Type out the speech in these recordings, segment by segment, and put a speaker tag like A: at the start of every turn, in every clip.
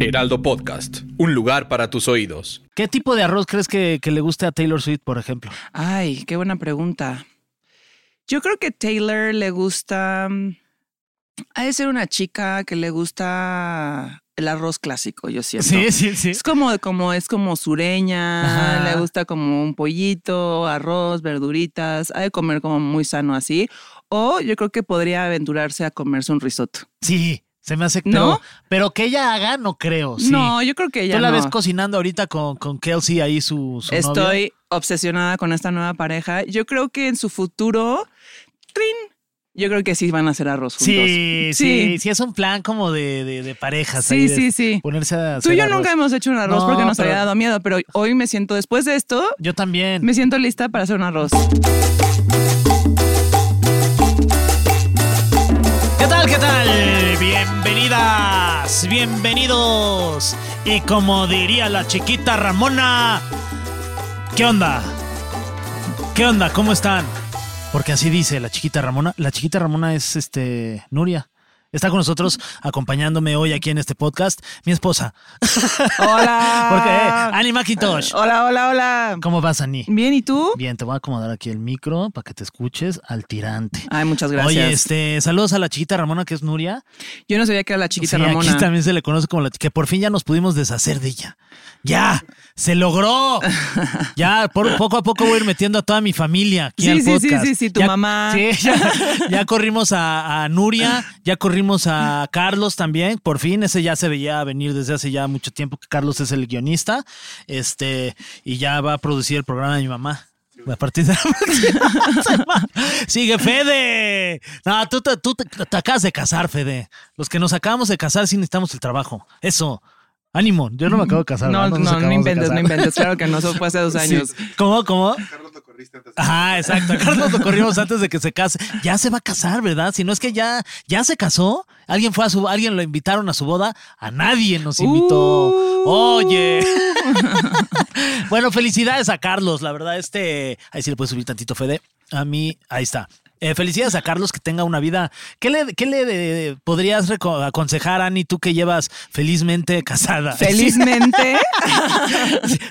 A: Heraldo Podcast, un lugar para tus oídos.
B: ¿Qué tipo de arroz crees que, que le guste a Taylor Swift, por ejemplo?
C: Ay, qué buena pregunta. Yo creo que Taylor le gusta. mm, Ha de ser una chica que le gusta el arroz clásico, yo siento.
B: sí, sí.
C: Es como, como, es como sureña,
B: Ajá.
C: le gusta como un pollito, arroz, verduritas, ha de comer como muy sano así. O yo creo que podría aventurarse a comerse un risotto.
B: Sí, se me hace...
C: ¿No?
B: Pero, pero que ella haga, no creo. Oh, Sí.
C: No, yo creo que ya
B: Tú la
C: no.
B: ves cocinando ahorita con, con Kelsey ahí su, su novio.
C: Estoy obsesionada con esta nueva pareja. Yo creo que en su futuro, trin, yo creo que sí van a hacer arroz juntos.
B: Sí, sí, sí, es un plan como de, de, de parejas.
C: Sí,
B: ahí de
C: sí, sí.
B: Ponerse a
C: Tú
B: hacer
C: y yo
B: arroz.
C: nunca hemos hecho un arroz
B: No,
C: porque nos había
B: pero-
C: dado miedo, pero hoy me siento, después de esto,
B: Yo también.
C: me siento lista para hacer un arroz.
B: ¿Qué tal? ¿Qué tal? Bienvenidas, bienvenidos. Y como diría la chiquita Ramona, ¿qué onda? ¿Qué onda? ¿Cómo están? Porque así dice la chiquita Ramona. La chiquita Ramona es este Nuria. Está con nosotros acompañándome hoy aquí en este podcast, mi esposa.
C: Hola.
B: Porque eh, Annie McIntosh.
C: Hola, hola, hola.
B: ¿Cómo vas, Ani?
C: Bien, ¿y tú?
B: Bien, te voy a acomodar aquí el micro para que te escuches al tirante.
C: Ay, muchas
B: Oye,
C: gracias.
B: este, saludos a la chiquita Ramona, que es Nuria.
C: Yo no sabía que era la chiquita
B: Sí,
C: Ramona.
B: Aquí también se le conoce como la que por fin ya nos pudimos deshacer de ella. Ya, se logró. Ya, por, poco a poco voy a ir metiendo a toda mi familia aquí
C: Sí,
B: al
C: sí, sí,
B: podcast.
C: sí, sí, tu
B: Ya-
C: mamá.
B: Sí, ya, ya corrimos a, a Nuria, ya corrimos a Carlos también. Por fin, ese ya se veía venir desde hace ya mucho tiempo que Carlos es el guionista. Este, y ya va a producir el programa de mi mamá. A partir de la próxima semana. Sigue Fede. No, tú, te, tú te- te acabas de casar, Fede. Los que nos acabamos de casar sí necesitamos el trabajo. Eso. Ánimo. Yo no me acabo de casar.
C: No,
B: ¿verdad?
C: no,
B: nos
C: no,
B: acabamos de
C: inventes, no
B: casar.
C: inventes. Claro que no, eso fue hace dos
B: Sí.
C: años.
B: ¿Cómo, cómo? Ah, exacto. A Carlos lo corrimos antes de que se case. Ya se va a casar, ¿verdad? Si no es que ya, ya se casó. Alguien fue a su, alguien lo invitaron a su boda. A nadie nos invitó.
C: Uh.
B: Oye. bueno, felicidades a Carlos. La verdad, este. Ahí sí le puedes subir tantito, Fede. A mí, ahí está. Eh, felicidades a Carlos que tenga una vida. ¿Qué le, qué le eh, podrías reco- aconsejar, Ani, tú que llevas felizmente casada?
C: Felizmente.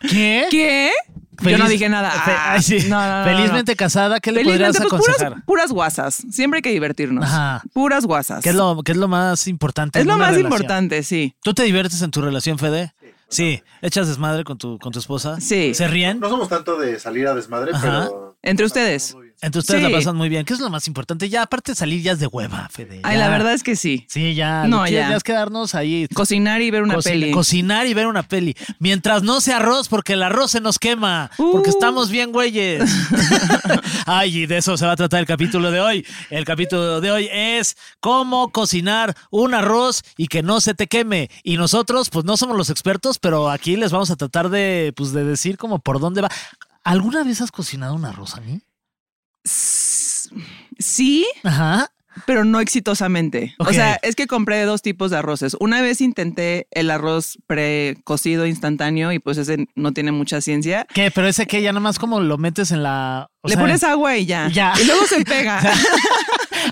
B: ¿Qué?
C: ¿Qué? Yo no
B: Feliz-
C: dije nada.
B: fe-
C: Ah,
B: ay, sí.
C: no, no, no, no.
B: Felizmente casada, ¿qué le
C: Felizmente,
B: podrías
C: pues,
B: aconsejar?
C: puras, puras guasas. Siempre hay que divertirnos.
B: Ajá.
C: Puras guasas.
B: ¿Qué es lo, qué es lo más importante?
C: Es
B: en
C: lo
B: una
C: más
B: relación?
C: importante, sí.
B: ¿Tú te diviertes en tu relación, Fede? Sí. ¿Echas desmadre con tu, con tu esposa?
C: Sí.
B: ¿Se ríen?
D: No somos tanto de salir a desmadre,
B: Ajá.
D: pero.
C: Entre ustedes.
B: Entre ustedes
C: Sí.
B: la pasan muy bien. ¿Qué es lo más importante? Ya, aparte de salir ya es de hueva, Fede.
C: Ay,
B: ya.
C: la verdad es que sí.
B: Sí, ya.
C: No,
B: No, ya.
C: ya.
B: es quedarnos ahí.
C: Cocinar y ver una
B: Cocin-
C: peli.
B: Cocinar y ver una peli. Mientras no sea arroz, porque el arroz se nos quema. Porque
C: Uh.
B: estamos bien, güeyes. Ay, y de eso se va a tratar el capítulo de hoy. El capítulo de hoy es cómo cocinar un arroz y que no se te queme. Y nosotros, pues no somos los expertos, pero aquí les vamos a tratar de, pues, de decir como por dónde va. ¿Alguna vez has cocinado un arroz a mí?
C: S- Sí,
B: Ajá.
C: pero no exitosamente.
B: Ok.
C: O sea, es que compré dos tipos de arroces. Una vez intenté el arroz precocido instantáneo y pues ese no tiene mucha ciencia.
B: ¿Qué? Pero ese que ya nada más como lo metes en la. o
C: Le
B: sea,
C: pones agua y ya.
B: Ya.
C: Y luego se pega.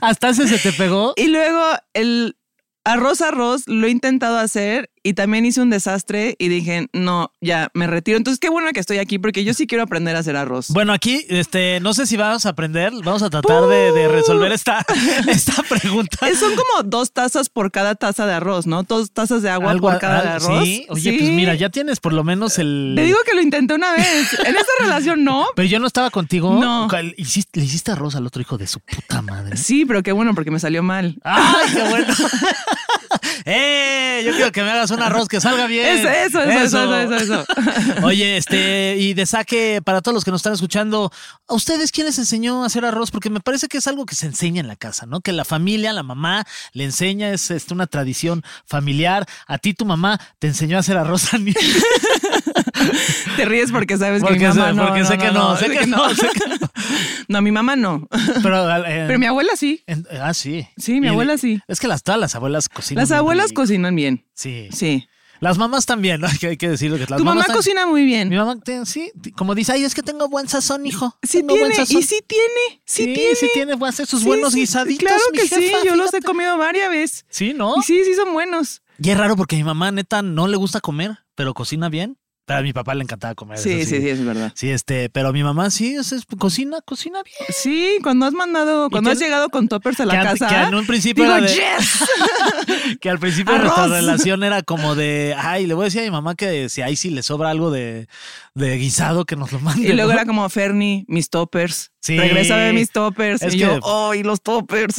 B: Hasta ese se te pegó.
C: Y luego el arroz arroz lo he intentado hacer y también hice un desastre y dije, no, ya me retiro. Entonces, qué bueno que estoy aquí porque yo sí quiero aprender a hacer arroz.
B: Bueno, aquí, este, no sé si vamos a aprender, vamos a tratar de,
C: Uh.
B: de resolver esta, esta pregunta.
C: Eh, Son como dos tazas por cada taza de arroz, ¿no? Dos tazas de agua
B: Algo-
C: por cada
B: al-
C: de arroz.
B: Sí, oye, pues mira, ya tienes por lo menos el.
C: Te digo que lo intenté una vez. En esta relación no.
B: Pero yo no estaba contigo.
C: No.
B: ¿Cuál- hiciste- ¿Le hiciste arroz al otro hijo de su puta madre?
C: Sí, pero qué bueno porque me salió mal.
B: ¡Ay, qué bueno! ¡Eh! Yo quiero que me hagas un arroz que salga bien.
C: Eso, eso, eso, eso, eso, eso, eso.
B: Oye, este, y de saque, para todos los que nos están escuchando, ¿a ustedes quién les enseñó a hacer arroz? Porque me parece que es algo que se enseña en la casa, ¿no? Que la familia, la mamá le enseña, es este, una tradición familiar. A ti tu mamá te enseñó a hacer arroz, Daniel.
C: Te ríes porque sabes que
B: Porque
C: mi
B: sé-
C: mamá no.
B: porque
C: no,
B: sé
C: no,
B: que no, sé que no, sé que
C: No, mi mamá no.
B: Pero, eh,
C: Pero mi abuela sí.
B: en- ah, sí.
C: Sí, mi
B: Y-
C: abuela sí.
B: Es que las, todas las abuelas cocinan.
C: Las
B: bien
C: abuelas
B: rico.
C: cocinan bien.
B: Sí.
C: Sí.
B: Las mamás también, ¿no? Hay que, hay que decirlo. Que las
C: Tu mamá
B: mamás tan-
C: cocina muy
B: Mi
C: bien.
B: mamá, te- sí, ti- como dice, ay, es que tengo buen sazón, hijo.
C: Sí
B: Tengo
C: tiene,
B: buen sazón.
C: y sí tiene, sí tiene.
B: sí tiene, va a hacer sus
C: Sí,
B: buenos
C: sí,
B: guisaditos.
C: Claro
B: mi
C: que sí,
B: jefa,
C: yo los he
B: fíjate.
C: comido varias veces.
B: Sí, ¿no?
C: Y sí, sí son buenos.
B: Y es raro porque mi mamá, neta, no le gusta comer, pero cocina bien. Pero a mi papá le encantaba comer.
C: Sí,
B: Ah, eso
C: sí, sí, es verdad.
B: Sí, este, pero mi mamá sí, es- es- cocina, cocina bien.
C: Sí, cuando has mandado, cuando
B: que-
C: has llegado con toppers a la
B: que an-
C: casa,
B: que en un principio
C: digo,
B: era de-
C: yes.
B: Que al principio nuestra
C: Arroz.
B: relación era como de, ay, le voy a decir a mi mamá que si ahí sí le sobra algo de, de guisado que nos lo mande.
C: Y luego
B: ¿no?
C: era como Fernie, mis toppers.
B: Sí.
C: Regresa a ver mis toppers.
B: Es
C: y
B: que-
C: yo, ¡ay, los toppers!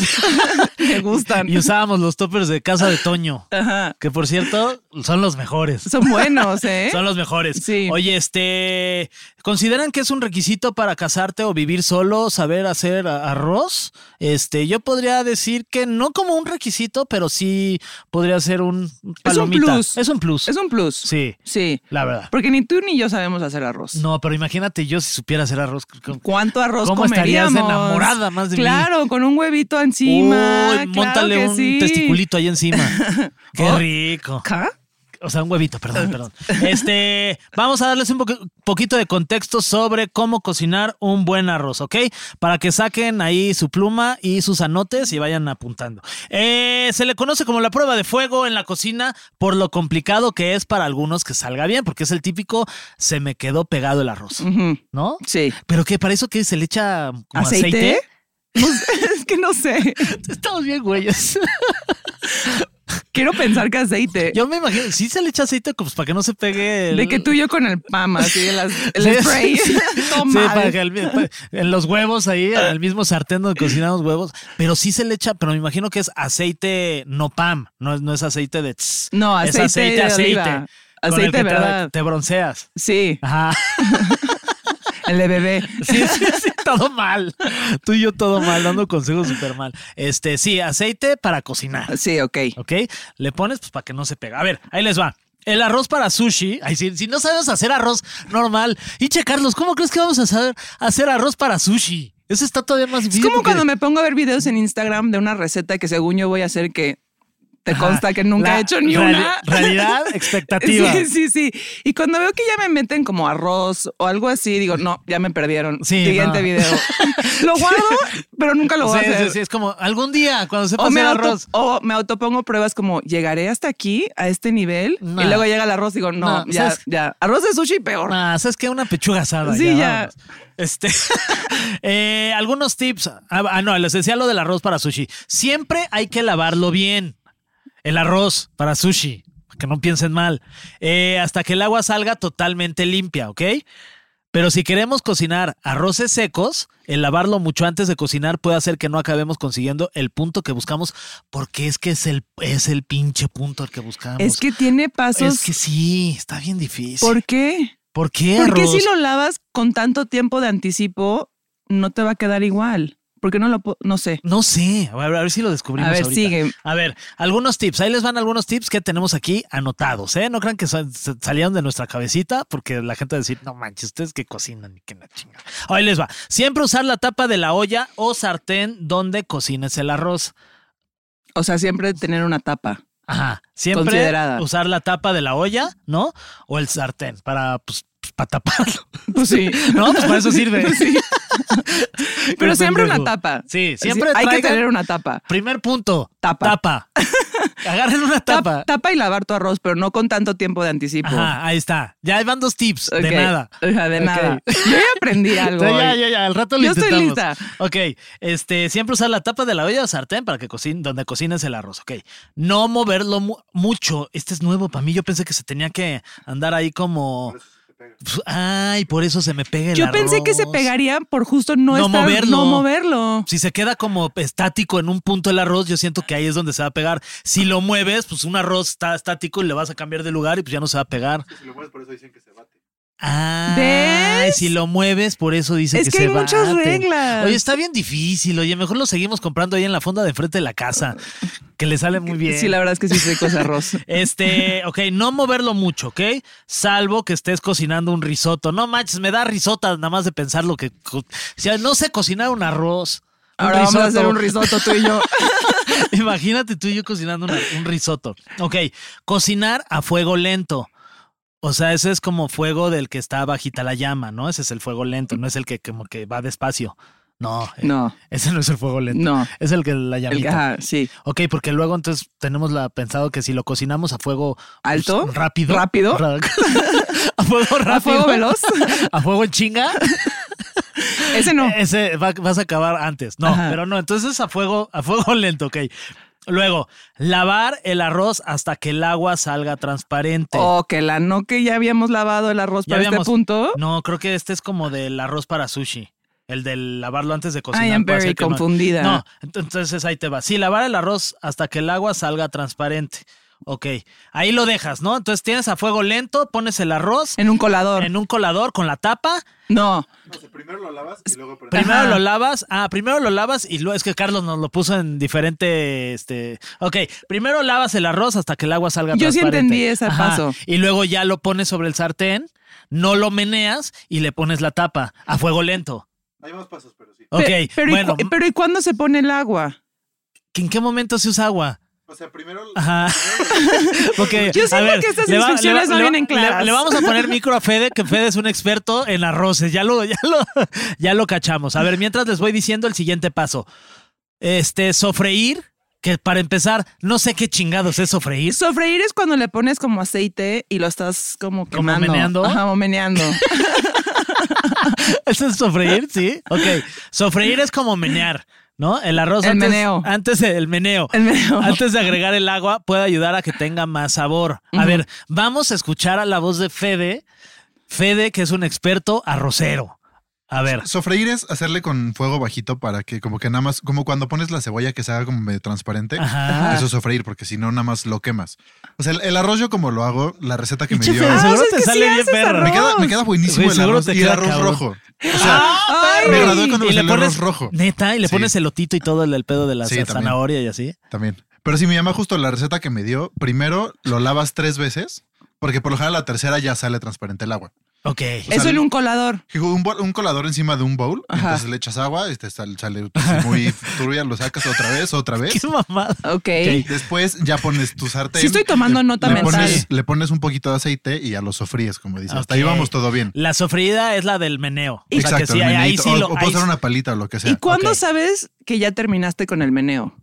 C: Me gustan.
B: Y usábamos los toppers de casa de Toño,
C: Ajá.
B: que por cierto son los mejores.
C: Son buenos, ¿eh?
B: Son los mejores.
C: Sí.
B: Oye, este, ¿consideran que es un requisito para casarte o vivir solo saber hacer a- arroz? Este, yo podría decir que no como un requisito, pero sí podría ser un palomita.
C: plus.
B: Es un plus.
C: Es un plus.
B: Sí,
C: Sí.
B: la verdad.
C: Porque ni tú ni yo sabemos hacer arroz.
B: No, pero imagínate yo si supiera hacer arroz. ¿cómo-
C: ¿Cuánto arroz
B: ¿Cómo
C: comeríamos?
B: estarías enamorada más de mí?
C: claro, con un huevito encima.
B: Uy,
C: claro
B: móntale
C: que
B: un
C: sí. Oh,
B: testiculito ahí encima. Qué rico.
C: ¿Ca?
B: O sea, un huevito, perdón, perdón. Este, vamos a darles un poqu- poquito de contexto sobre cómo cocinar un buen arroz, ¿ok? Para que saquen ahí su pluma y sus anotes y vayan apuntando. Eh, se le conoce como la prueba de fuego en la cocina por lo complicado que es para algunos que salga bien, porque es el típico se me quedó pegado el arroz,
C: Ujú.
B: ¿no?
C: Sí.
B: Pero que para eso que se le echa como aceite.
C: ¿Aceite? No sé, es que no sé.
B: Estamos bien, güeyes.
C: Quiero pensar que aceite.
B: Yo me imagino, sí se le echa aceite pues, para que no se pegue. el-
C: de que tú y yo con el PAM, así, el, as- el
B: Sí,
C: spray.
B: sí, sí.
C: Toma.
B: Sí, para que al mi- pa- en los huevos ahí, en el mismo sartén donde cocinamos huevos, pero sí se le echa, pero me imagino que es aceite no PAM, no es, no es aceite de tss.
C: No, aceite
B: es aceite,
C: de
B: aceite. con
C: arriba.
B: el
C: Aceite,
B: que te-
C: ¿verdad?
B: Te, bronceas.
C: Sí,
B: Ajá.
C: el de bebé.
B: Sí, sí, sí, todo mal. Tú y yo todo mal, dando consejos súper mal. Este, sí, aceite para cocinar.
C: Sí, ok.
B: ¿ok? Le pones pues para que no se pegue. A ver, ahí les va. El arroz para sushi. Ay, si, si no sabes hacer arroz normal. Y che, Carlos, ¿cómo crees que vamos a saber hacer arroz para sushi? Eso está todavía más
C: Es
B: difícil.
C: como
B: porque-
C: cuando me pongo a ver videos en Instagram de una receta que según yo voy a hacer que te consta que nunca
B: La
C: he hecho ni
B: reali-
C: una.
B: realidad, expectativa.
C: Sí, sí, sí. Y cuando veo que ya me meten como arroz o algo así, digo, no, ya me perdieron.
B: Sí,
C: Siguiente
B: no.
C: video. Lo guardo, pero nunca lo voy
B: Sí,
C: a hacer.
B: sí, sí, es como algún día cuando sepas
C: O me,
B: hacer
C: auto-
B: arroz.
C: o me autopongo pruebas como llegaré hasta aquí, a este nivel,
B: No.
C: y luego llega el arroz y digo, no,
B: No,
C: ya,
B: ¿sabes?
C: ya. Arroz de sushi peor.
B: Ah, ¿sabes qué? Una pechuga asada.
C: Sí, ya.
B: vámonos. Este, eh, algunos tips. Ah, ah, no, les decía lo del arroz para sushi. Siempre hay que lavarlo bien. El arroz para sushi. para Que no piensen mal. Eh, hasta que el agua salga totalmente limpia, ¿ok? Pero si queremos cocinar arroces secos, el lavarlo mucho antes de cocinar puede hacer que no acabemos consiguiendo el punto que buscamos, porque es que es el, es el pinche punto al que buscamos.
C: es que tiene pasos.
B: Es que sí, está bien difícil.
C: ¿Por qué?
B: ¿Por qué
C: ¿Por qué
B: arroz?
C: si lo lavas con tanto tiempo de anticipo, no te va a quedar igual? Porque no lo po- no sé.
B: No sé, a ver, a ver si lo descubrimos.
C: A ver,
B: ahorita.
C: sigue.
B: A ver, algunos tips. Ahí les van algunos tips que tenemos aquí anotados, ¿eh? No crean que son- se- salieron de nuestra cabecita porque la gente va a decir, no manches, ustedes que cocinan y que la chinga. Ahí les va. Siempre usar la tapa de la olla o sartén donde cocines el arroz.
C: O sea, siempre tener una tapa.
B: Ajá. Siempre
C: Considerada.
B: usar la tapa de la olla, ¿no? O el sartén para, pues, pues, para taparlo.
C: Pues sí.
B: No, pues para eso sirve. pues,
C: Pero siempre una tapa.
B: Sí, siempre
C: Hay que
B: traigan-
C: tener una tapa.
B: Primer punto.
C: Tapa.
B: Tapa. Agarren una
C: Tap-
B: tapa.
C: tapa y lavar tu arroz, pero no con tanto tiempo de anticipo.
B: Ajá, ahí está. Ya ahí van dos tips.
C: Ok.
B: De nada.
C: Ajá, de
B: Ok.
C: nada. Yo ya aprendí algo.
B: Ya, ya,
C: hoy.
B: ya, ya, al rato lo
C: Yo estoy
B: intentamos.
C: lista.
B: Ok, este, siempre usar la tapa de la olla o sartén para que cocine, donde cocines el arroz, ok. No moverlo mu- mucho. Este es nuevo para mí. Yo pensé que se tenía que andar ahí como
D: pega.
B: Pf, Ay, por eso se me pega el
C: Yo pensé que se
B: arroz.
C: pegarían por justo no,
B: No
C: estar-
B: moverlo.
C: no moverlo.
B: Si se queda como estático en un punto el arroz, yo siento que ahí es donde se va a pegar. Si lo mueves, pues un arroz está estático y le vas a cambiar de lugar y pues ya no se va a pegar.
D: Si lo mueves, por eso dicen que se bate.
B: Ah,
C: ¿Ves?
B: si lo mueves, por eso dice
C: Es
B: que,
C: que
B: se
C: hay muchas
B: bate.
C: reglas.
B: Oye, está bien difícil. Oye, mejor lo seguimos comprando ahí en la fonda de enfrente de la casa, que le sale muy bien.
C: Sí, la verdad es que sí es rico ese arroz.
B: Este, ok, no moverlo mucho, ¿ok? Salvo que estés cocinando un risotto. No manches, me da risotas nada más de pensar lo que. co- O sea, no sé cocinar un arroz. un
C: Ahora vamos a hacer
B: risotto.
C: un risotto tú y yo.
B: Imagínate tú y yo cocinando una- un risotto. Ok, cocinar a fuego lento. O sea, ese es como fuego del que está bajita la llama, ¿no? Ese es el fuego lento, no es el que como que va despacio. No, eh,
C: No,
B: ese no es el fuego lento.
C: no.
B: Es el que la
C: El,
B: llamita.
C: ajá, sí.
B: Ok, porque luego entonces tenemos la pensado que si lo cocinamos a fuego
C: ¿Alto?
B: pues, rápido,
C: ¿Rápido?
B: ra- a fuego rápido,
C: ¿A fuego veloz?
B: a fuego en chinga,
C: Ese no.
B: E-, ese va- vas a acabar antes. No,
C: Ajá.
B: pero no, entonces a fuego, a fuego lento, ok. Luego, lavar el arroz hasta que el agua salga transparente.
C: O que la no que ya habíamos lavado el arroz
B: Ya
C: para
B: habíamos-
C: Oh, este punto.
B: No, creo que este es como del arroz para sushi. El del lavarlo antes de cocinar.
C: I am
B: para hacer
C: very
B: que no-
C: confundida.
B: No, ent- entonces ahí te va. Sí, lavar el arroz hasta que el agua salga transparente. Ok, ahí lo dejas, ¿no? Entonces tienes a fuego lento, pones el arroz
C: En un colador.
B: en un colador con la tapa.
C: No.
D: No, o sea, primero lo lavas y luego prendes.
B: Primero
C: Ajá.
B: lo lavas. Ah, primero lo lavas y luego. Es que Carlos nos lo puso en diferente. Este. Ok, primero lavas el arroz hasta que el agua salga
C: Yo sí
B: transparente.
C: entendí ese paso.
B: Y luego ya lo pones sobre el sartén, no lo meneas y le pones la tapa a fuego lento.
D: Hay más pasos, pero sí.
B: Ok,
C: Pe- pero,
B: bueno,
C: ¿y, cu- pero ¿y cuándo se pone el agua?
B: ¿en qué momento se usa agua?
D: O sea, primero.
B: Ajá. Porque,
C: Yo siento
B: a ver,
C: que estas
B: le va- le va-
C: instrucciones no
B: le va-
C: vienen
B: le-
C: claras.
B: Le, vamos a poner micro a Fede, que Fede es un experto en arroces. Ya lo, ya lo, ya lo cachamos. A ver, mientras les voy diciendo el siguiente paso. Este, sofreír, que para empezar, no sé qué chingados es sofreír.
C: Sofreír es cuando le pones como aceite y lo estás como
B: ¿Como
C: quemando.
B: meneando?
C: Ajá, o meneando.
B: ¿Eso es sofreír? Sí. Ok. Sofreír es como menear, ¿no? El arroz
C: El
B: antes,
C: meneo.
B: antes de- el meneo.
C: El meneo.
B: Antes de agregar el agua puede ayudar a que tenga más sabor. A ver, vamos a escuchar a la voz de Fede. Fede, que es un experto arrocero. A ver.
E: Sofreír es hacerle con fuego bajito para que como que nada más, como cuando pones la cebolla que se haga como medio transparente,
B: Ajá.
E: eso es sofreír, porque si no nada más lo quemas. O sea, el, el arroz yo como lo hago, la receta que me
B: Pinche
E: dio...
B: Fede,
C: Ah,
B: seguro
C: o sea, es
B: te
C: que
B: sale
C: sí
B: bien
C: haces
B: perro.
E: Me queda, me
C: arroz.
E: queda buenísimo
B: Güey,
E: el
B: seguro
E: arroz
B: te
E: y el
B: queda
E: arroz
B: cabrón.
E: rojo. O sea,
B: ah,
C: Ay,
E: me gradué cuando
B: Y
E: me
B: le
E: salió el arroz
B: pones
E: rojo.
B: Neta, y le
E: Sí.
B: pones elotito y todo el, el pedo de la
E: Sí,
B: za-
E: también.
B: zanahoria y así.
E: También. Pero si mi mamá justo la receta que me dio, primero lo lavas tres veces, porque por lo general la tercera ya sale transparente el agua.
B: Ok.
C: Eso en un colador.
E: Que Un, bol- un colador encima de un bowl,
C: Ajá.
E: entonces le echas agua, este sale, sale así muy turbia, lo sacas otra vez, otra vez.
B: Qué mamada.
C: Ok.
E: Después ya pones tu sartén.
C: Sí estoy tomando nota
E: le
C: mental.
E: pones, le pones un poquito de aceite y ya lo sofríes, como dices. Hasta ahí
B: Ok.
E: vamos todo bien.
B: La sofrida es la del meneo. O sea que
E: Exacto.
B: sí,
E: el
B: ahí- ahí
E: meneíto.
B: sí
E: o,
B: lo.
E: o puedes
B: ahí
E: usar
B: sí-
E: una palita o lo que sea.
C: ¿Y cuándo
B: ok.
C: sabes que ya terminaste con el meneo?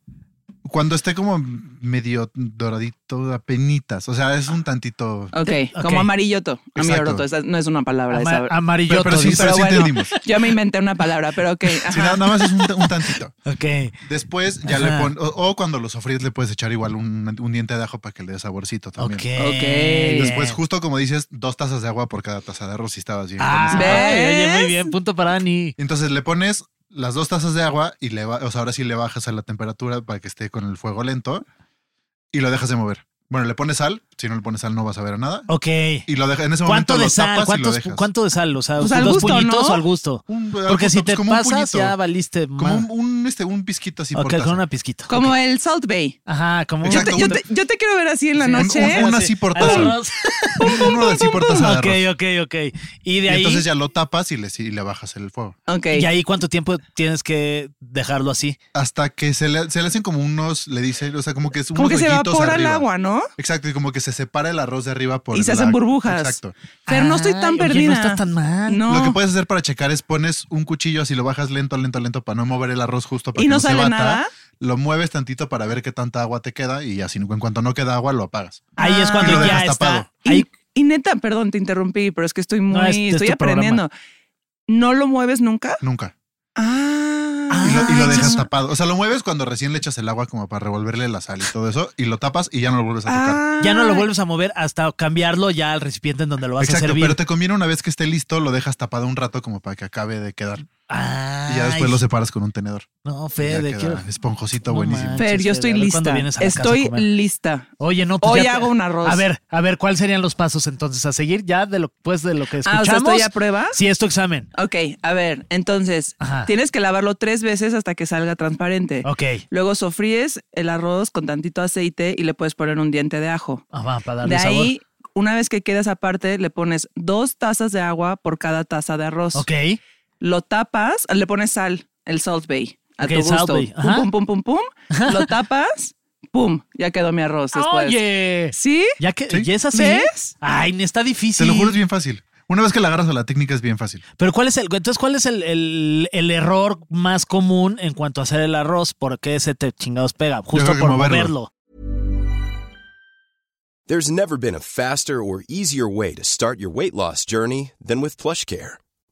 E: Cuando esté como medio doradito, penitas. O sea, es un tantito.
C: Ok,
B: Ok.
C: como amarilloto.
E: Exacto.
C: Amarilloto, esa no es una palabra.
B: ama-
C: esa-
B: amarilloto.
E: Pero- pero sí
B: dice.
E: se-
C: pero bueno,
E: entendimos.
C: yo me inventé una palabra, pero ok.
E: Sí,
C: ajá.
E: nada, nada más es un, un tantito.
B: Ok.
E: Después ya
B: Ajá.
E: le pones. O, o cuando lo sofríes, le puedes echar igual un, un diente de ajo para que le dé saborcito también.
B: Ok.
C: Ok.
E: Después, justo como dices, dos tazas de agua por cada taza de arroz si estabas bien. con
B: Ah,
E: eso.
C: ¿Ves?
B: oye, muy bien. Punto para Ani.
E: Entonces le pones las dos tazas de agua y le ba- o sea, ahora sí le bajas a la temperatura para que esté con el fuego lento y lo dejas de mover. Bueno, le pones sal, si no le pones sal no vas a ver a nada.
B: Ok.
E: Y lo dejas en ese
B: ¿Cuánto
E: momento
B: de
E: lo
B: sal?
E: tapas y lo
B: ¿Cuántos-
E: dejas.
B: ¿Cuánto de sal? O sea,
C: Pues al
B: ¿dos
C: gusto,
B: puñitos
C: ¿no?
B: o al gusto?
E: Un-
B: Porque
E: algo,
B: si
E: pues,
B: te
E: como un
B: pasas,
E: puñito.
B: ya valiste.
E: Como
B: madre.
E: un, un, este, un pizquito así
B: Ok,
E: por taza.
B: con una pizquita.
C: Como el Salt Bay.
B: Ajá, como
C: Yo te,
E: Exacto,
C: yo,
E: una-
C: te, yo te quiero ver así en la
B: Sí,
C: noche.
E: un- una así por taza.
B: Arroz.
E: Uno de así por taza de
B: ok,
E: arroz.
B: ok, ok. Y
E: Y
B: de ahí.
E: entonces ya lo tapas y le, y le bajas el fuego.
C: Ok.
B: ¿Y ahí cuánto tiempo tienes que dejarlo así?
E: Hasta que se le, se le hacen como unos, le dicen, o sea, como que es
C: Como
E: unos
C: que se
E: hoyitos
C: evapora el
E: arriba.
C: agua, ¿no?
E: Exacto, y como que se separa el arroz de arriba por
C: Y se
E: la-
C: hacen burbujas.
E: Exacto.
C: Fer, no estoy tan
B: Ay, oye,
C: perdida.
B: no estás tan mal.
C: No.
E: Lo que puedes hacer para checar es pones un cuchillo así lo bajas lento, lento, lento para no mover el arroz justo para
C: ¿Y
E: que
C: no
E: no se
C: sale
E: bata.
C: nada?
E: Lo mueves tantito para ver qué tanta agua te queda y así en cuanto no queda agua lo apagas.
B: Ahí es
C: Ah.
E: Y
B: cuando
E: lo
B: ya
E: dejas
B: está.
E: tapado.
C: Y,
B: Ahí,
C: y neta, perdón, te interrumpí, pero
E: este
C: es que estoy muy.
B: No, es- es
C: estoy
B: tu
C: aprendiendo. ¿No lo mueves nunca?
E: Nunca.
C: Ah.
E: y lo, y
B: Ah,
E: lo
B: esa
E: dejas
B: es-
E: tapado. O sea, lo mueves cuando recién le echas el agua como para revolverle la sal y todo eso, y lo tapas y ya no lo vuelves a
C: Ah.
E: tocar.
B: Ya no lo vuelves a mover hasta cambiarlo ya al recipiente en donde lo vas a
E: Exacto,
B: servir.
E: pero te conviene una vez que esté listo, lo dejas tapado un rato como para que acabe de quedar. Y ya
B: Ay,
E: después lo separas con un tenedor.
B: No,
E: Y ya
B: Fede,
E: queda
B: quiero.
E: esponjosito
B: Eh, No
E: buenísimo.
B: manches.
C: Fer, yo
B: Manches,
C: estoy
B: Fer, a ver cuándo
C: lista.
B: vienes a la casa a
C: Estoy
B: comer.
C: lista. Ah,
B: Oye, no, pues
C: Hoy
B: ya te-
C: hago un arroz.
B: A ver, a ver, ¿cuáles serían los pasos entonces a seguir ya de lo pues de lo que
C: Ah, o
B: escuchamos?
C: sea, ¿estoy a prueba?
B: Sí, es tu examen.
C: Ok, a ver, entonces
B: Ajá.
C: tienes que lavarlo tres veces hasta que salga transparente.
B: Ok.
C: Luego sofríes el arroz con tantito aceite y le puedes poner un diente de ajo.
B: Ah, va, para darle
C: De
B: sabor.
C: ahí, una vez que quedas aparte, le pones dos tazas de agua por cada taza de arroz.
B: Ok.
C: Lo tapas, le pones sal, el salt bay, a
B: Ok,
C: tu
B: salt
C: gusto.
B: bay, ajá.
C: Pum, pum, pum, pum, pum. Lo tapas, pum, ya quedó mi arroz después.
B: Oye.
C: ¿Sí?
B: Ya que
E: Sí.
B: ya es así.
C: pues, ¿Ves?
B: Ay, ni está
E: Te
B: difícil.
E: lo juro, es bien fácil. Una vez que la agarras a la técnica es bien fácil.
B: Pero ¿cuál es el entonces cuál es el, el- el error más común en cuanto a hacer el arroz? ¿Por qué se te chingados pega? Justo
E: creo que
B: por
E: moverlo.
B: moverlo.
F: There's never been a faster or easier way to start your weight loss journey than with PlushCare.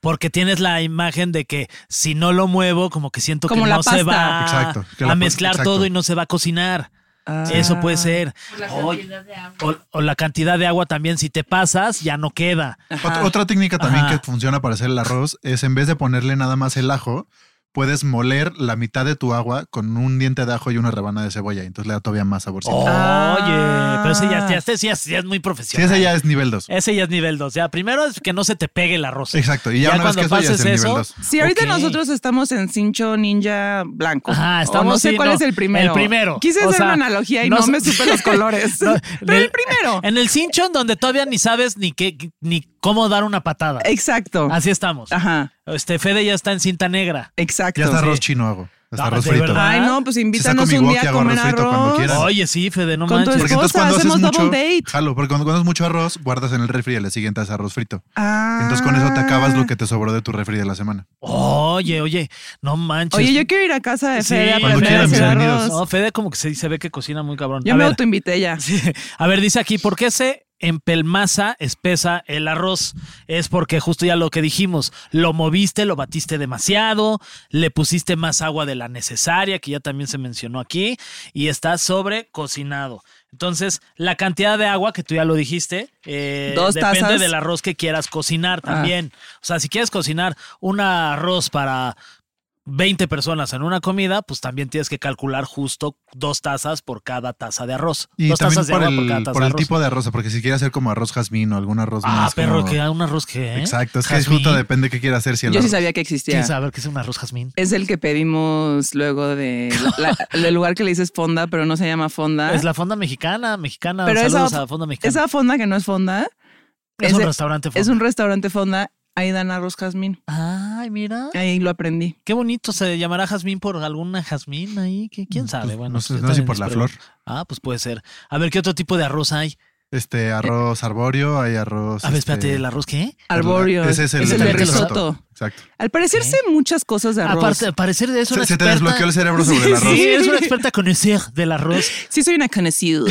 B: Porque tienes la imagen de que si no lo muevo, como que siento
C: Como
B: que
C: la
B: no se
C: pasta.
B: va
E: Exacto, que la
B: a
E: pon-
B: mezclar
E: exacto.
B: todo y no se va a cocinar.
C: Ah.
B: Eso puede ser. O, o- o la cantidad de agua también, si te pasas, ya no queda.
E: Ot- Otra técnica también
B: Ajá.
E: que funciona para hacer el arroz es en vez de ponerle nada más el ajo, puedes moler la mitad de tu agua con un diente de ajo y una rebanada de cebolla. y Entonces le da todavía más saborcito.
B: Oh,
C: Ah.
B: Oye, pero ese ya, ya, este sí es- ya es muy
E: Sí,
B: profesional.
E: ese ya es nivel 2.
B: Ese ya es nivel 2. Ya, primero es que no se te pegue el arroz.
E: Exacto. Y ya, una vez que eso ya es el nivel 2.
C: Sí, ahorita
B: Ok.
C: nosotros estamos en cincho ninja blanco.
B: Ajá, estamos
C: O no sé
B: sí,
C: cuál
B: no.
C: es el primero.
B: El primero.
C: Quise
B: O
C: hacer
B: sea,
C: una analogía y no,
B: no sé-
C: me supe los colores.
B: No,
C: Pero
B: del-
C: el primero.
B: En el cinchón donde todavía ni sabes ni qué ni cómo dar una patada.
C: Exacto.
B: Así estamos.
C: Ajá,
B: Este Fede ya está en cinta negra.
C: exacto.
E: Ya está
C: Sí.
E: arroz chino hago. Hasta
B: Ah,
E: arroz
B: ¿de
E: frito.
B: verdad?
C: Ay, no, pues invítanos
E: mi
C: un
E: wok
C: día
E: y
C: a
E: hago
C: comer
E: arroz frito cuando
C: arroz.
E: quieras.
B: Oye, sí, Fede, no
C: Con tu
B: manches.
E: Porque entonces
C: Esposa,
E: cuando haces
C: hacemos
E: mucho,
C: double date.
E: jalo, porque cuando, cuando haces mucho arroz, guardas en el refri y le siguiente haces arroz frito.
C: Ah.
E: Entonces con eso te acabas lo que te sobró de tu refri de la semana.
B: Oye, oye, no manches.
C: Oye, yo quiero ir a casa de
B: Sí,
C: Fede a
B: cuando
C: aprender a
B: quieran,
C: hacer
E: bienvenidos.
C: arroz.
B: No, Fede como que se, se ve que cocina muy cabrón.
C: Yo
B: a,
C: me
B: ver,
C: autoinvité ya.
B: sí. a ver, dice aquí, ¿por qué se empelmaza, espesa el arroz? Es porque justo ya lo que dijimos, lo moviste, lo batiste demasiado, le pusiste más agua de la necesaria, que ya también se mencionó aquí, y está sobre cocinado. Entonces, la cantidad de agua, que tú ya lo dijiste, eh,
C: Dos
B: depende
C: tazas. Ah.
B: del arroz que quieras cocinar también. O sea, si quieres cocinar un arroz para 20 personas en una comida, pues también tienes que calcular justo dos tazas por cada taza de arroz.
E: Y
B: dos
E: también
B: tazas de
E: por
B: agua por
E: el,
B: cada taza
E: por
B: de
E: el
B: arroz.
E: tipo de arroz, porque si quieres hacer como arroz jazmín o algún arroz
B: ah,
E: más.
B: perro,
E: como-
B: que hay un arroz que. ¿eh?
E: Exacto, es que
B: Jazmín.
E: justo depende qué quieras hacer. Si el
C: Yo sí
E: arroz-
C: sabía que existía.
B: ¿Quieres saber qué es un arroz jazmín?
C: Es el que pedimos luego de la- el lugar que le dices fonda, pero no se llama fonda.
B: Es la fonda mexicana, mexicana.
C: ¿Ah? Pero
B: saludos
C: esa-
B: a la fonda mexicana.
C: Esa fonda que no es fonda,
B: es un
C: ese-
B: restaurante fonda.
C: es un restaurante fonda. Ahí dan arroz jazmín.
B: Ay, mira.
C: Ahí lo aprendí.
B: Qué bonito, se llamará jazmín por alguna jazmín ahí, que quién sabe.
E: Pues,
B: Bueno,
E: no
B: yo
E: sé, no sé si
B: también
E: por la
B: espero-
E: flor.
B: Ah, pues puede ser. A ver, ¿qué otro tipo de arroz hay?
E: Este arroz arbóreo, hay arroz.
B: Eh, A ver,
E: este,
B: espérate, ¿el arroz qué?
C: Arborio.
E: Ese es el,
B: el
E: del
B: del
E: risotto.
C: risotto.
E: Exacto.
C: Al parecer sé muchas cosas de arroz.
B: Aparte, al parecer de eso.
E: Se, se te desbloqueó el cerebro sobre el arroz.
B: Sí, eres una experta conocer del arroz.
C: Sí, soy una conocida.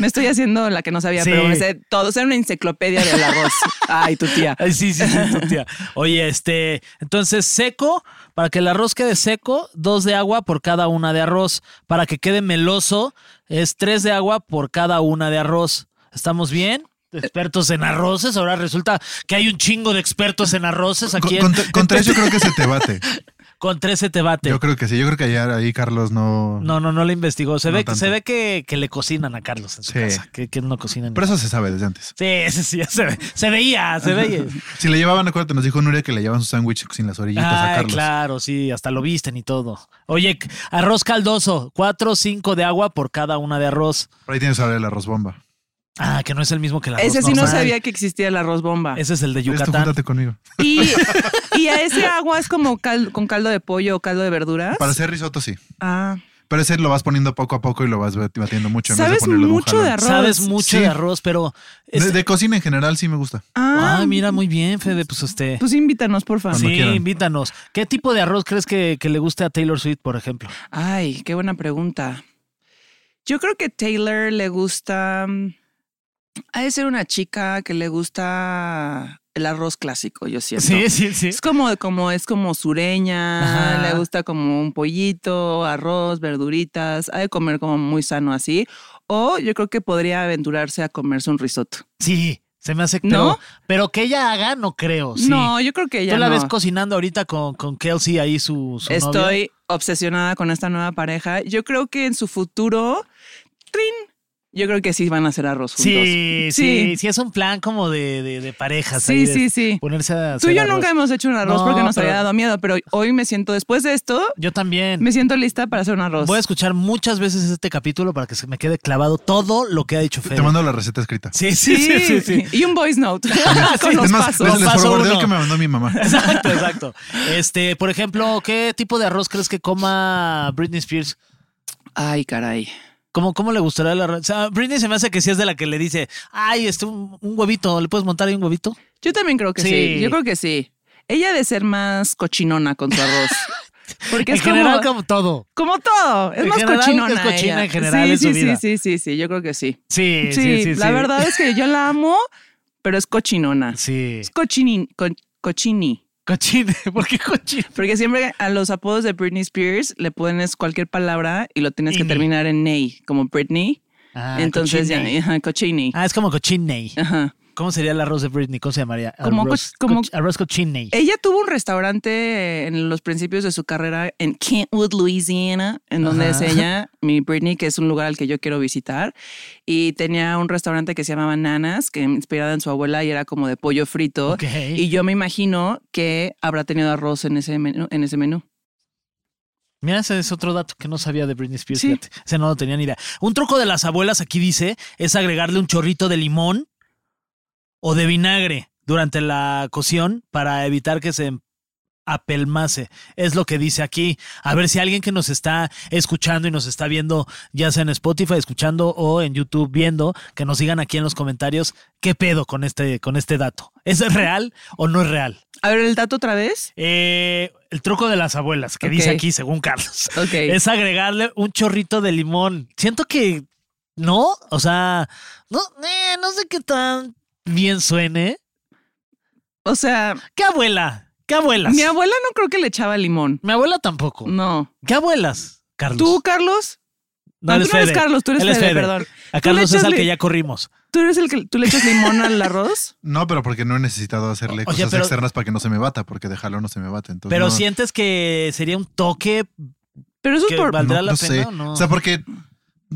C: Me estoy haciendo la que no sabía,
B: Sí.
C: pero me sé todo. Soy una enciclopedia del arroz. Ay, tu tía.
B: Ay, sí, sí, sí, tu tía. Oye, este, entonces seco, para que el arroz quede seco, dos de agua por cada una de arroz. Para que quede meloso, es tres de agua por cada una de arroz. ¿Estamos bien?
E: Eh.
B: Expertos en arroces, ahora resulta que hay un chingo de expertos en arroces
E: Con,
B: aquí. en-
E: con- con tres yo creo que se te bate.
B: Con 13 te bate.
E: Yo creo que sí, yo creo que ayer ahí Carlos no...
B: No, no, no le investigó. Se
E: No
B: ve, que, se
E: tanto.
B: ve que, que le cocinan a Carlos en su
E: Sí.
B: casa. Que, que no cocinan.
E: Pero eso se sabe desde antes.
B: Sí, sí, sí, ya se, ve- se veía, se veía.
E: Si le llevaban, acuérdate, nos dijo Nuria que le llevaban su sándwich sin las orillitas a
B: Ay,
E: Carlos.
B: claro, sí, hasta lo visten y todo. Oye, c- arroz caldoso, 4 o 5 de agua por cada una de arroz.
E: Por ahí tienes ahora el arroz bomba.
B: Ah, que no es el mismo que el arroz
C: Ese sí no
B: normal.
C: sabía que existía el arroz bomba.
B: Ese es el de
E: Eres tú,
B: Yucatán.
E: júntate conmigo.
C: Y, y a ese agua es como cal- con caldo de pollo o caldo de verduras.
E: Para hacer risotto, sí.
C: Ah,
E: Pero ese lo vas poniendo poco a poco y lo vas batiendo mucho. En vez
C: sabes
E: de ponerlo de un
C: mucho de,
E: jalón.
C: arroz.
B: Sabes mucho
E: Sí.
B: de arroz, pero... es-
E: De, de cocina en general sí me gusta.
C: Ah,
B: Ay, mira, muy bien, Fede, pues este...
C: pues invítanos, por favor.
E: Cuando
B: Sí,
E: quieran.
B: invítanos. ¿Qué tipo de arroz crees que, que le guste a Taylor Swift, por ejemplo?
C: Ay, qué buena pregunta. Yo creo que Taylor le gusta. mm, Ha de ser una chica que le gusta el arroz clásico, yo siento.
B: sí, sí.
C: Es como, como, es como sureña,
B: Ajá.
C: le gusta como un pollito, arroz, verduritas, ha de comer como muy sano así. O yo creo que podría aventurarse a comerse un risotto.
B: Sí, se me hace...
C: ¿No?
B: Pero, pero que ella haga, no creo, Oh, sí.
C: No, yo creo que ella
B: Tú la
C: no.
B: ves cocinando ahorita con, con Kelsey ahí su, su novio.
C: Estoy obsesionada con esta nueva pareja. Yo creo que en su futuro, ¡trin! yo creo que sí van a hacer arroz juntos.
B: Sí, sí, sí, es un plan como de, de, de parejas. ahí
C: Sí,
B: de
C: sí, sí.
B: Ponerse a
C: Tú y
B: hacer
C: yo
B: arroz.
C: nunca hemos hecho un arroz
B: No,
C: porque nos había
B: pero-
C: dado miedo, pero hoy me siento, después de esto,
B: Yo también.
C: me siento lista para hacer un arroz.
B: Voy a escuchar muchas veces este capítulo para que se me quede clavado todo lo que ha dicho Fede.
E: Te mando la receta escrita.
B: Sí, sí,
C: sí,
B: sí, sí. sí. pues,
C: Y un voice note con los
E: es más,
C: pasos.
E: les, les
B: Paso
E: forwardé
B: uno.
E: el que me mandó mi mamá.
B: Exacto, exacto. Este, por ejemplo, ¿qué tipo de arroz crees que coma Britney Spears?
C: Ay, caray.
B: ¿Cómo, cómo le gustará el arroz? O sea, Britney se me hace que sí es de la que le dice, ay, este, un, un huevito, ¿le puedes montar ahí un huevito?
C: Yo también creo que sí.
B: Sí.
C: Yo creo que sí. Ella ha de ser más cochinona con su arroz. Porque
B: en
C: es
B: general,
C: como,
B: como todo.
C: como todo. Es
B: En
C: más
B: general,
C: cochinona.
B: es cochina
C: ella.
B: en general
C: sí,
B: en su
C: sí,
B: vida.
C: sí, sí, sí, sí. Yo creo que sí.
B: Sí,
C: Sí,
B: sí, sí.
C: la
B: sí.
C: verdad es que yo la amo, pero es cochinona.
B: Sí.
C: Es cochinin, co- cochini.
B: Cochine, ¿por qué cochine?
C: Porque siempre a los apodos de Britney Spears le pones cualquier palabra y lo tienes que
B: Ini.
C: terminar en ney, como Britney.
B: Ah,
C: Entonces
B: cochine.
C: ya, ajá, cochini.
B: Ah, es como cochine.
C: Ajá.
B: ¿Cómo sería el arroz de Britney? ¿Cómo se llamaría?
C: Como
B: arroz,
C: co- como-
B: coch- arroz cochine.
C: Ella tuvo un restaurante en los principios de su carrera en Kentwood, Louisiana, en donde
B: Ajá.
C: es ella, mi Britney, que es un lugar al que yo quiero visitar. Y tenía un restaurante que se llamaba Nanas, que inspirada en su abuela y era como de pollo frito.
B: Ok.
C: Y yo me imagino que habrá tenido arroz en ese menú. En ese menú.
B: Mira, ese es otro dato que no sabía de Britney Spears.
C: Sí.
B: fíjate. Ese no lo tenía ni idea. Un truco de las abuelas, aquí dice, es agregarle un chorrito de limón o de vinagre durante la cocción para evitar que se apelmase. Es lo que dice aquí. A ver si alguien que nos está escuchando y nos está viendo, ya sea en Spotify escuchando o en YouTube viendo, que nos digan aquí en los comentarios qué pedo con este, con este dato. ¿Es real o no es real?
C: A ver, el dato otra vez.
B: Eh, el truco de las abuelas, que dice
C: Ok.
B: aquí, según Carlos
C: Ok.
B: es agregarle un chorrito de limón. Siento que no, o sea, no, eh, no sé qué tan bien suene.
C: o sea,
B: ¿Qué abuela? ¿Qué abuelas?
C: mi abuela no creo que le echaba limón.
B: Mi abuela tampoco.
C: No.
B: ¿Qué abuelas? Carlos.
C: ¿Tú, Carlos?
B: no,
C: Ah,
B: eres
C: tú no eres
B: Fede.
C: Carlos, tú eres
B: Él es
C: Fede,
B: Fede.
C: perdón.
B: A
C: Tú le
B: Carlos es
C: echas
B: al
C: li-
B: que ya corrimos.
C: ¿Tú eres el que tú le echas limón al arroz?
E: No, pero porque no he necesitado hacerle
B: Oye,
E: cosas
B: pero-
E: externas para que no se me bata, porque dejarlo no se me bate. Entonces,
B: Pero
E: no,
B: sientes que sería un toque.
C: Pero eso
B: Que
C: es por,
B: va- ¿valdrá
E: no-
B: la
E: no
B: pena
E: sé.
B: o no?
E: O sea, porque.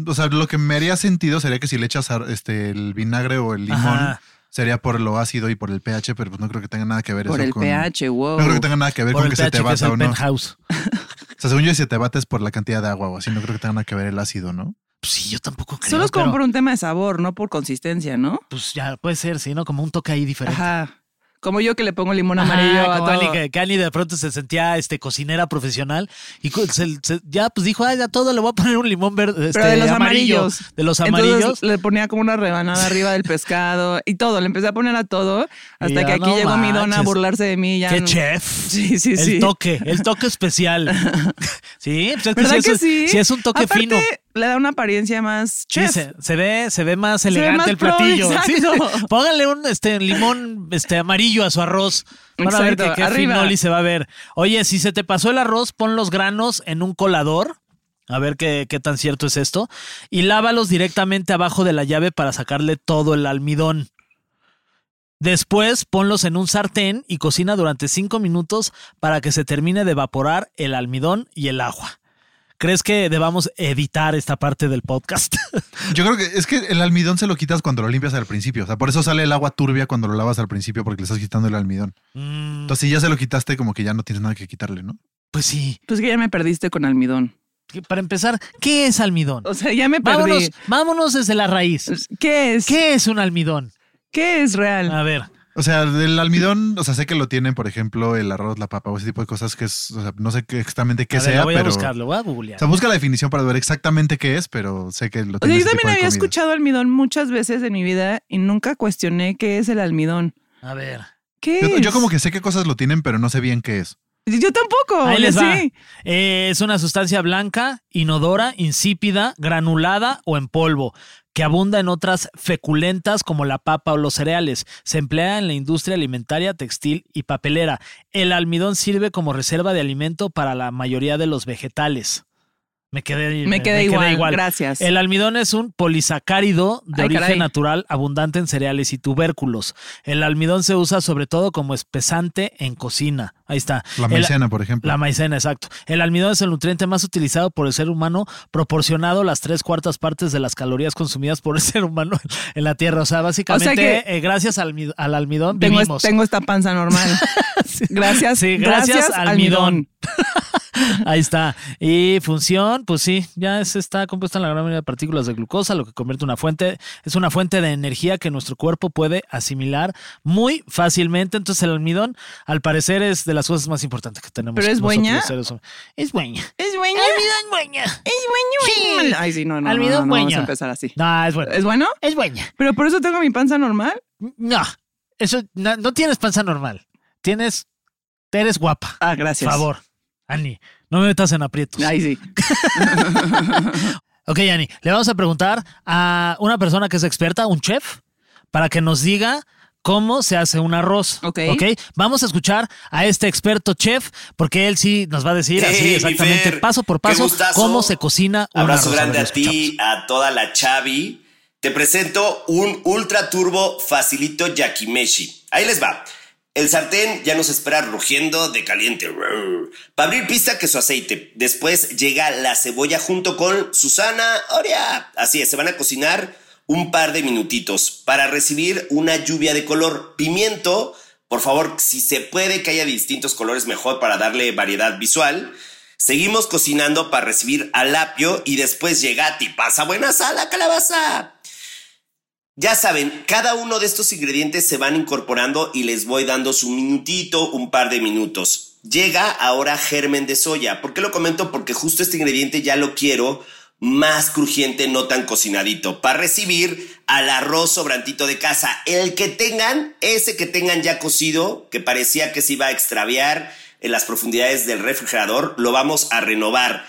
E: O sea, lo que me haría sentido sería que si le echas ar- este, el vinagre o el limón,
B: Ajá.
E: sería por lo ácido y por el pH, pero pues no creo que tenga nada que ver
C: por
E: eso
C: el
E: con.
C: pH, wow.
E: No creo que tenga nada que ver
B: Por
E: con
B: el
E: que se
B: pH,
E: te
B: que es
E: bata
B: el
E: o no.
B: penthouse.
E: O sea, según yo, si te bates por la cantidad de agua o así, no creo que tenga nada que ver el ácido, ¿no?
B: Pues sí, yo tampoco creo.
C: Solo es como
B: pero,
C: por un tema de sabor, no por consistencia, ¿no?
B: Pues ya puede ser, sí, ¿no? Como un toque ahí diferente.
C: Ajá. Como yo que le pongo limón
B: Ajá,
C: amarillo a
B: como
C: todo.
B: Ani, que, que Ani de pronto se sentía este cocinera profesional y cu- se- se- ya pues dijo, ay, a todo le voy a poner un limón verde.
C: Pero
B: este,
C: de los
B: amarillo,
C: amarillos.
B: De los
C: Entonces,
B: amarillos.
C: le ponía como una rebanada arriba del pescado y todo. Le empecé a poner a todo
B: Y
C: hasta
B: ya,
C: que aquí
B: no
C: llegó mi dona a
B: manches.
C: burlarse de mí. Ya
B: ¡Qué
C: no-
B: chef!
C: Sí, sí, sí.
B: El toque, el toque especial. sí, pues es que
C: ¿Verdad
B: sí es,
C: que
B: un-
C: sí?
B: es un toque
C: Aparte,
B: fino.
C: Le da una apariencia más
B: Sí,
C: chef.
B: se, se ve, se ve más
C: ve
B: elegante
C: más
B: el
C: pro,
B: platillo. Sí,
C: exacto.
B: sí. Póngale un este, limón este, amarillo a su arroz. Van a ver que
C: Exacto,
B: qué
C: arriba.
B: finoli se va a ver. Oye, si se te pasó el arroz, pon los granos en un colador. A ver qué, qué tan cierto es esto. Y lávalos directamente abajo de la llave para sacarle todo el almidón. Después ponlos en un sartén y cocina durante 5 minutos para que se termine de evaporar el almidón y el agua. ¿Crees que debamos editar esta parte del podcast?
G: Yo creo que es que el almidón se lo quitas cuando lo limpias al principio. O sea, por eso sale el agua turbia cuando lo lavas al principio, porque le estás quitando el almidón.
B: Mm.
G: Entonces, si ya se lo quitaste, como que ya no tienes nada que quitarle, ¿no?
B: Pues sí.
C: Pues que ya me perdiste con almidón.
B: Que Para empezar, ¿qué es almidón?
C: O sea, ya me perdí.
B: Vámonos, vámonos desde la raíz.
C: ¿Qué es?
B: ¿Qué Ah, es un almidón?
C: ¿Qué es real?
B: A ver.
G: O sea, del almidón, o sea, sé que lo tienen, por ejemplo, el arroz, la papa o ese tipo de cosas que es, o sea, no sé qué- exactamente qué
B: a ver,
G: sea,
B: lo voy
G: pero.
B: a buscar, lo voy a googlear.
G: O sea, busca la definición para ver exactamente qué es, pero sé que lo
C: O sea,
G: tienen.
C: yo
G: ese tipo
C: también
G: de
C: había
G: comidas.
C: escuchado almidón muchas veces en mi vida y nunca cuestioné qué es el almidón.
B: A ver.
C: ¿Qué
G: Yo,
C: es?
G: yo como que sé qué cosas lo tienen, pero no sé bien qué es.
C: Yo tampoco.
B: Ahí les
C: sí.
B: va. Eh, es una sustancia blanca, inodora, insípida, granulada o en polvo, que abunda en otras feculentas como la papa o los cereales. Se emplea en la industria alimentaria, textil y papelera. El almidón sirve como reserva de alimento para la mayoría de los vegetales. Me quedé,
C: Me quedé igual, gracias.
B: El almidón es un polisacárido de
C: Ay,
B: origen
C: caray.
B: natural abundante en cereales y tubérculos. El almidón se usa sobre todo como espesante en cocina. Ahí está.
G: La
B: El-
G: maicena, por ejemplo.
B: la maicena, exacto. El almidón es el nutriente más utilizado por el ser humano, proporcionado las tres cuartas partes de las calorías consumidas por el ser humano en la Tierra. O sea, básicamente,
C: que-
B: eh, gracias al, almi- al almidón
C: Tengo,
B: vivimos.
C: tengo esta panza normal. Gracias.
B: Sí, gracias,
C: gracias,
B: almidón. Ahí está. Y función, pues sí, ya es- está compuesta en la gran mayoría de partículas de glucosa, lo que convierte una fuente, es una fuente de energía que nuestro cuerpo puede asimilar muy fácilmente. Entonces el almidón, al parecer, es de las cosas más importantes que tenemos.
C: ¿Pero es
B: nosotros
C: buena?
B: los seres humanos. Es Ah. buena.
C: Es bueno.
B: Almidón buena.
C: Es bueno.
B: Sí.
C: Ay, Ah, sí, no, no.
B: Almidón
C: no, no, Vamos a
B: buena.
C: empezar así.
B: No, es buena.
C: ¿Es bueno?
B: Es buena.
C: Pero por eso tengo mi panza normal.
B: No, eso no, no tienes panza normal. Tienes, eres guapa.
C: Ah,
B: Por
C: gracias.
B: favor, Ani, no me metas en aprietos.
C: Ay, sí.
B: Ok, Ani, le vamos a preguntar a una persona que es experta, un chef, para que nos diga cómo se hace un arroz.
C: Ok.
B: Vamos a escuchar a este experto chef, porque él sí nos va a decir así exactamente, paso por paso, cómo se cocina un arroz. A ver, lo escuchamos.
E: a toda la Chavi. Te presento un ultra turbo facilito yakimeshi. Ahí les va. El sartén ya nos espera rugiendo de caliente. Para abrir pista que su aceite. Después llega la cebolla junto con Susana Oria. Así es, se van a cocinar un par de minutitos para recibir una lluvia de color. Pimiento, por favor, si se puede que haya distintos colores mejor para darle variedad visual. Seguimos cocinando para recibir al apio y después llega y pasa buenas a la calabaza. Ya saben, cada uno de estos ingredientes se van incorporando y les voy dando su minutito, un par de minutos. Llega ahora germen de soya. ¿Por qué lo comento? Porque justo este ingrediente ya lo quiero más crujiente, no tan cocinadito, para recibir al arroz sobrantito de casa. El que tengan, ese que tengan ya cocido, que parecía que se iba a extraviar en las profundidades del refrigerador, lo vamos a renovar.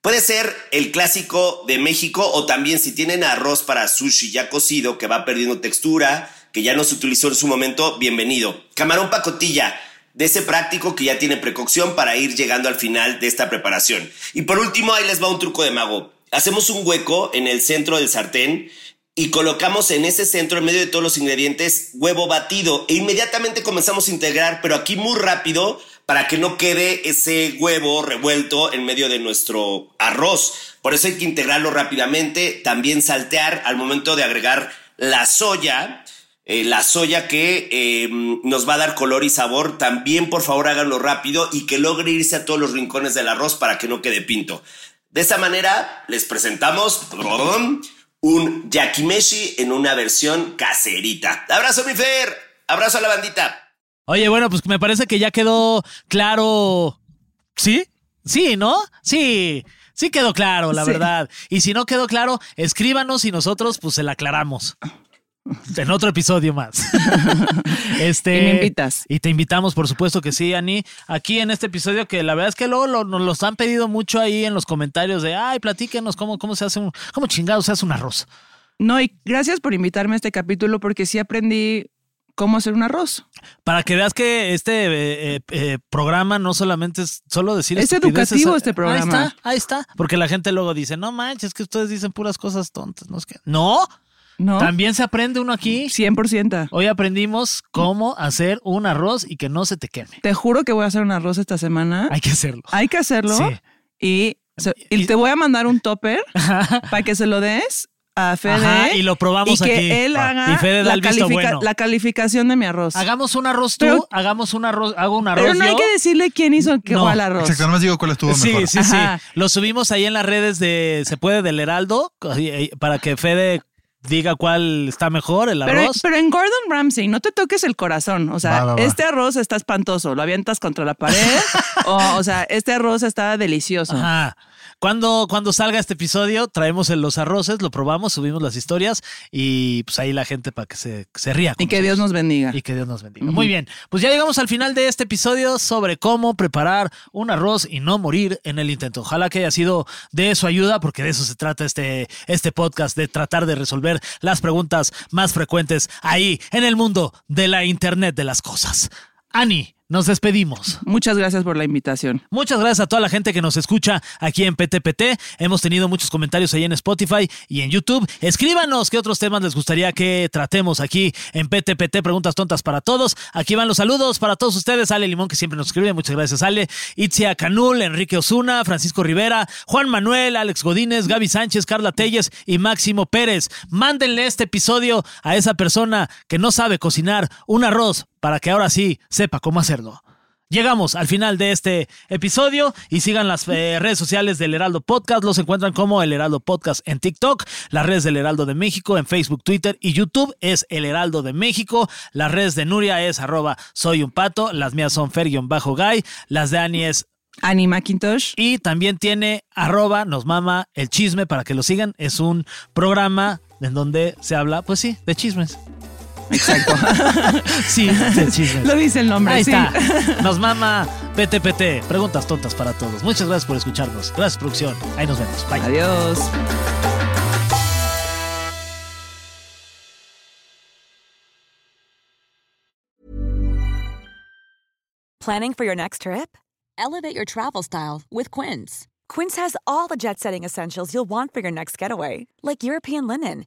E: Puede ser el clásico de México o también si tienen arroz para sushi ya cocido que va perdiendo textura, que ya no se utilizó en su momento, bienvenido. Camarón pacotilla, de ese práctico que ya tiene precocción para ir llegando al final de esta preparación. Y por último, ahí les va un truco de mago. Hacemos un hueco en el centro del sartén y colocamos en ese centro, en medio de todos los ingredientes, huevo batido. E inmediatamente comenzamos a integrar, pero aquí muy rápido, para que no quede ese huevo revuelto en medio de nuestro arroz. Por eso hay que integrarlo rápidamente. También saltear al momento de agregar la soya. eh, la soya que eh, nos va a dar color y sabor, también por favor háganlo rápido y que logre irse a todos los rincones del arroz para que no quede pinto. De esa manera les presentamos ¡brum! un yakimeshi en una versión caserita. Abrazo mi Fer, abrazo a la bandita.
B: Oye, bueno, pues me parece que ya quedó claro. ¿Sí? Sí, ¿no? Sí. Sí quedó claro, la
C: Sí.
B: verdad. Y si no quedó claro, escríbanos y nosotros pues se la aclaramos. En otro episodio más. este,
C: Y me invitas.
B: Y te invitamos, por supuesto que sí, Ani. Aquí en este episodio que la verdad es que luego lo- nos los han pedido mucho ahí en los comentarios de, ay, platíquenos cómo, cómo se hace un, cómo chingado se hace un arroz.
C: No, y gracias por invitarme a este capítulo porque sí aprendí cómo hacer un arroz.
B: Para que veas que este eh, eh, eh, programa no solamente es solo decir
C: Es
B: estupideces. ah,
C: educativo este programa.
B: Ahí está, ahí está. Porque la gente luego dice, no manches, que ustedes dicen puras cosas tontas. No, es que... no,
C: ¿No?
B: También se aprende uno aquí.
C: 100%.
B: Hoy aprendimos cómo hacer un arroz y que no se te queme.
C: Te juro que voy a hacer un arroz esta semana.
B: Hay que hacerlo.
C: Hay que hacerlo.
B: Sí.
C: Y, se- y
B: Y-
C: te voy a mandar un topper para que se lo des a Fede.
B: Ajá, y lo probamos
C: y que
B: aquí.
C: él
B: Ah.
C: haga
B: Y Fede da
C: la,
B: el visto
C: califica-
B: bueno.
C: la calificación de mi arroz.
B: Hagamos un arroz tú,
C: Pero-
B: hagamos un arroz, hago un arroz
C: Pero no hay
B: yo.
C: que decirle quién hizo qué
B: No,
C: cuál arroz.
E: Exacto, nada más digo cuál estuvo
B: Sí,
E: mejor.
B: sí,
C: Ajá.
B: sí. Lo subimos ahí en las redes de Se puede del Heraldo eh, eh, para que Fede diga cuál está mejor, el
C: Pero,
B: arroz.
C: pero en Gordon Ramsay, no te toques el corazón. O sea,
E: Va, va, va.
C: este arroz está espantoso. Lo avientas contra la pared. o, o sea, este arroz está delicioso.
B: Ajá. Cuando, cuando salga este episodio, traemos el- los arroces, lo probamos, subimos las historias y pues ahí la gente para que se, se ría. con
C: Y que Dios nos bendiga.
B: Y que Dios nos bendiga. Muy bien, pues ya llegamos al final de este episodio sobre cómo preparar un arroz y no morir en el intento. Ojalá que haya sido de su ayuda, porque de eso se trata este, este podcast, de tratar de resolver las preguntas más frecuentes ahí en el mundo de la Internet de las Cosas. Ani, nos despedimos.
C: Muchas gracias por la invitación.
B: Muchas gracias a toda la gente que nos escucha aquí en PTPT. Hemos tenido muchos comentarios ahí en Spotify y en YouTube. Escríbanos qué otros temas les gustaría que tratemos aquí en PTPT, preguntas tontas para todos. Aquí van los saludos para todos ustedes. Ale Limón, que siempre nos escribe. Muchas gracias, Ale. Itzia Canul, Enrique Osuna, Francisco Rivera, Juan Manuel, Alex Godínez, Gaby Sánchez, Carla Telles y Máximo Pérez. Mándenle este episodio a esa persona que no sabe cocinar un arroz para que ahora sí sepa cómo hacerlo. Llegamos al final de este episodio y sigan las eh, redes sociales del Heraldo Podcast. Los encuentran como El Heraldo Podcast en TikTok, las redes del Heraldo de México en Facebook, Twitter y YouTube es El Heraldo de México. Las redes de Nuria es arroba soy un pato. Las mías son bajo guy Las de Ani es
C: Annie McIntosh.
B: y también tiene arroba nos mama el chisme para que lo sigan. Es un programa en donde se habla, pues sí, de chismes.
C: Exacto.
B: Sí, de chismes.
C: Lo dice el nombre.
B: Ahí
C: sí.
B: está. Nos mama PTPT. Preguntas tontas para todos. Muchas gracias por escucharnos. Gracias, producción. Ahí nos vemos. Bye.
C: Adiós.
G: Planning for your next trip? Elevate your travel style with Quince. Quince has all the jet setting essentials you'll want for your next getaway, like European linen,